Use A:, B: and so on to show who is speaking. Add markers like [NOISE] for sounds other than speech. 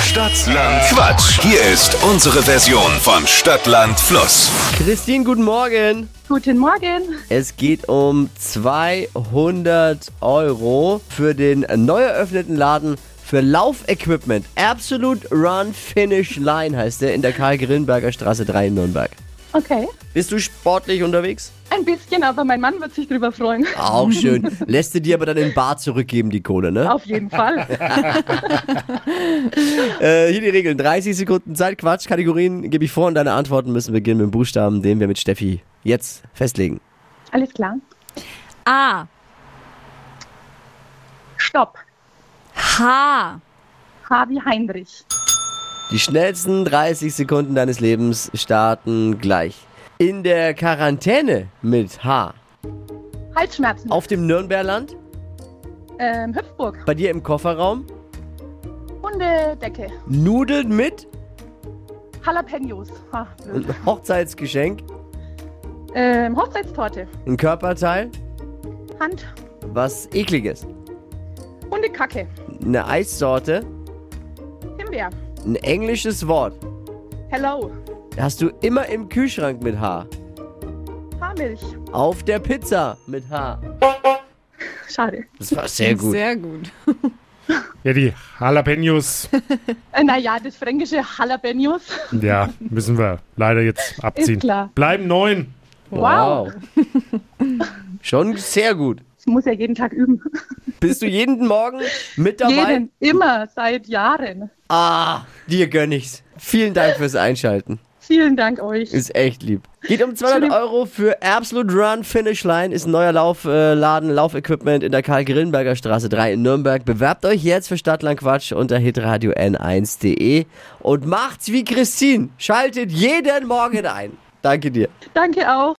A: Stadtland Quatsch. Hier ist unsere Version von Stadtland Fluss.
B: Christine, guten Morgen.
C: Guten Morgen.
B: Es geht um 200 Euro für den neu eröffneten Laden für Laufequipment. Absolute Run Finish Line heißt der in der Karl-Grillenberger Straße 3 in Nürnberg.
C: Okay.
B: Bist du sportlich unterwegs?
C: Ein bisschen, aber mein Mann wird sich drüber
B: [LAUGHS]
C: freuen.
B: Auch schön. Lässt du dir aber dann den Bar zurückgeben, die Kohle, ne?
C: Auf jeden Fall.
B: Äh, hier die Regeln. 30 Sekunden Zeit, Quatsch, Kategorien gebe ich vor und deine Antworten müssen beginnen mit dem Buchstaben, den wir mit Steffi jetzt festlegen.
C: Alles klar.
D: A.
C: Stopp.
D: H.
C: H wie Heinrich.
B: Die schnellsten 30 Sekunden deines Lebens starten gleich. In der Quarantäne mit H.
C: Halsschmerzen.
B: Auf dem Nürnberland,
C: Ähm, Hüpfburg.
B: bei dir im Kofferraum.
C: Hundedecke.
B: Nudeln mit
C: Jalapenos. Ha, blöd.
B: ein Hochzeitsgeschenk,
C: ähm, Hochzeitstorte.
B: ein Körperteil,
C: Hand.
B: was ekliges,
C: Hundekacke.
B: eine Eissorte,
C: Himbeer.
B: ein englisches Wort.
C: Hello.
B: Hast du immer im Kühlschrank mit H.
C: Haarmilch.
B: Auf der Pizza mit H.
C: Schade.
B: Das war sehr gut.
D: Sehr gut.
E: Ja, die Jalapenos,
C: Äh, naja, das fränkische Jalapenos.
E: ja, müssen wir leider jetzt abziehen.
C: klar.
E: Bleiben neun.
C: Wow.
B: Schon sehr gut.
C: Ich muss ja jeden Tag üben.
B: Bist du jeden Morgen mit dabei?
C: Jeden. Immer. Seit Jahren.
B: Ah, dir gönn ich's. Vielen Dank fürs Einschalten.
C: Vielen Dank euch.
B: Ist echt lieb. Geht um 200 Euro für Absolute Run Finish Line. Ist ein neuer Laufladen, äh, Laden, Laufequipment in der Karl-Grillenberger Straße 3 in Nürnberg. Bewerbt euch jetzt für Stadtlandquatsch unter hitradio n1.de und macht's wie Christine. Schaltet jeden Morgen ein. Danke dir.
C: Danke auch.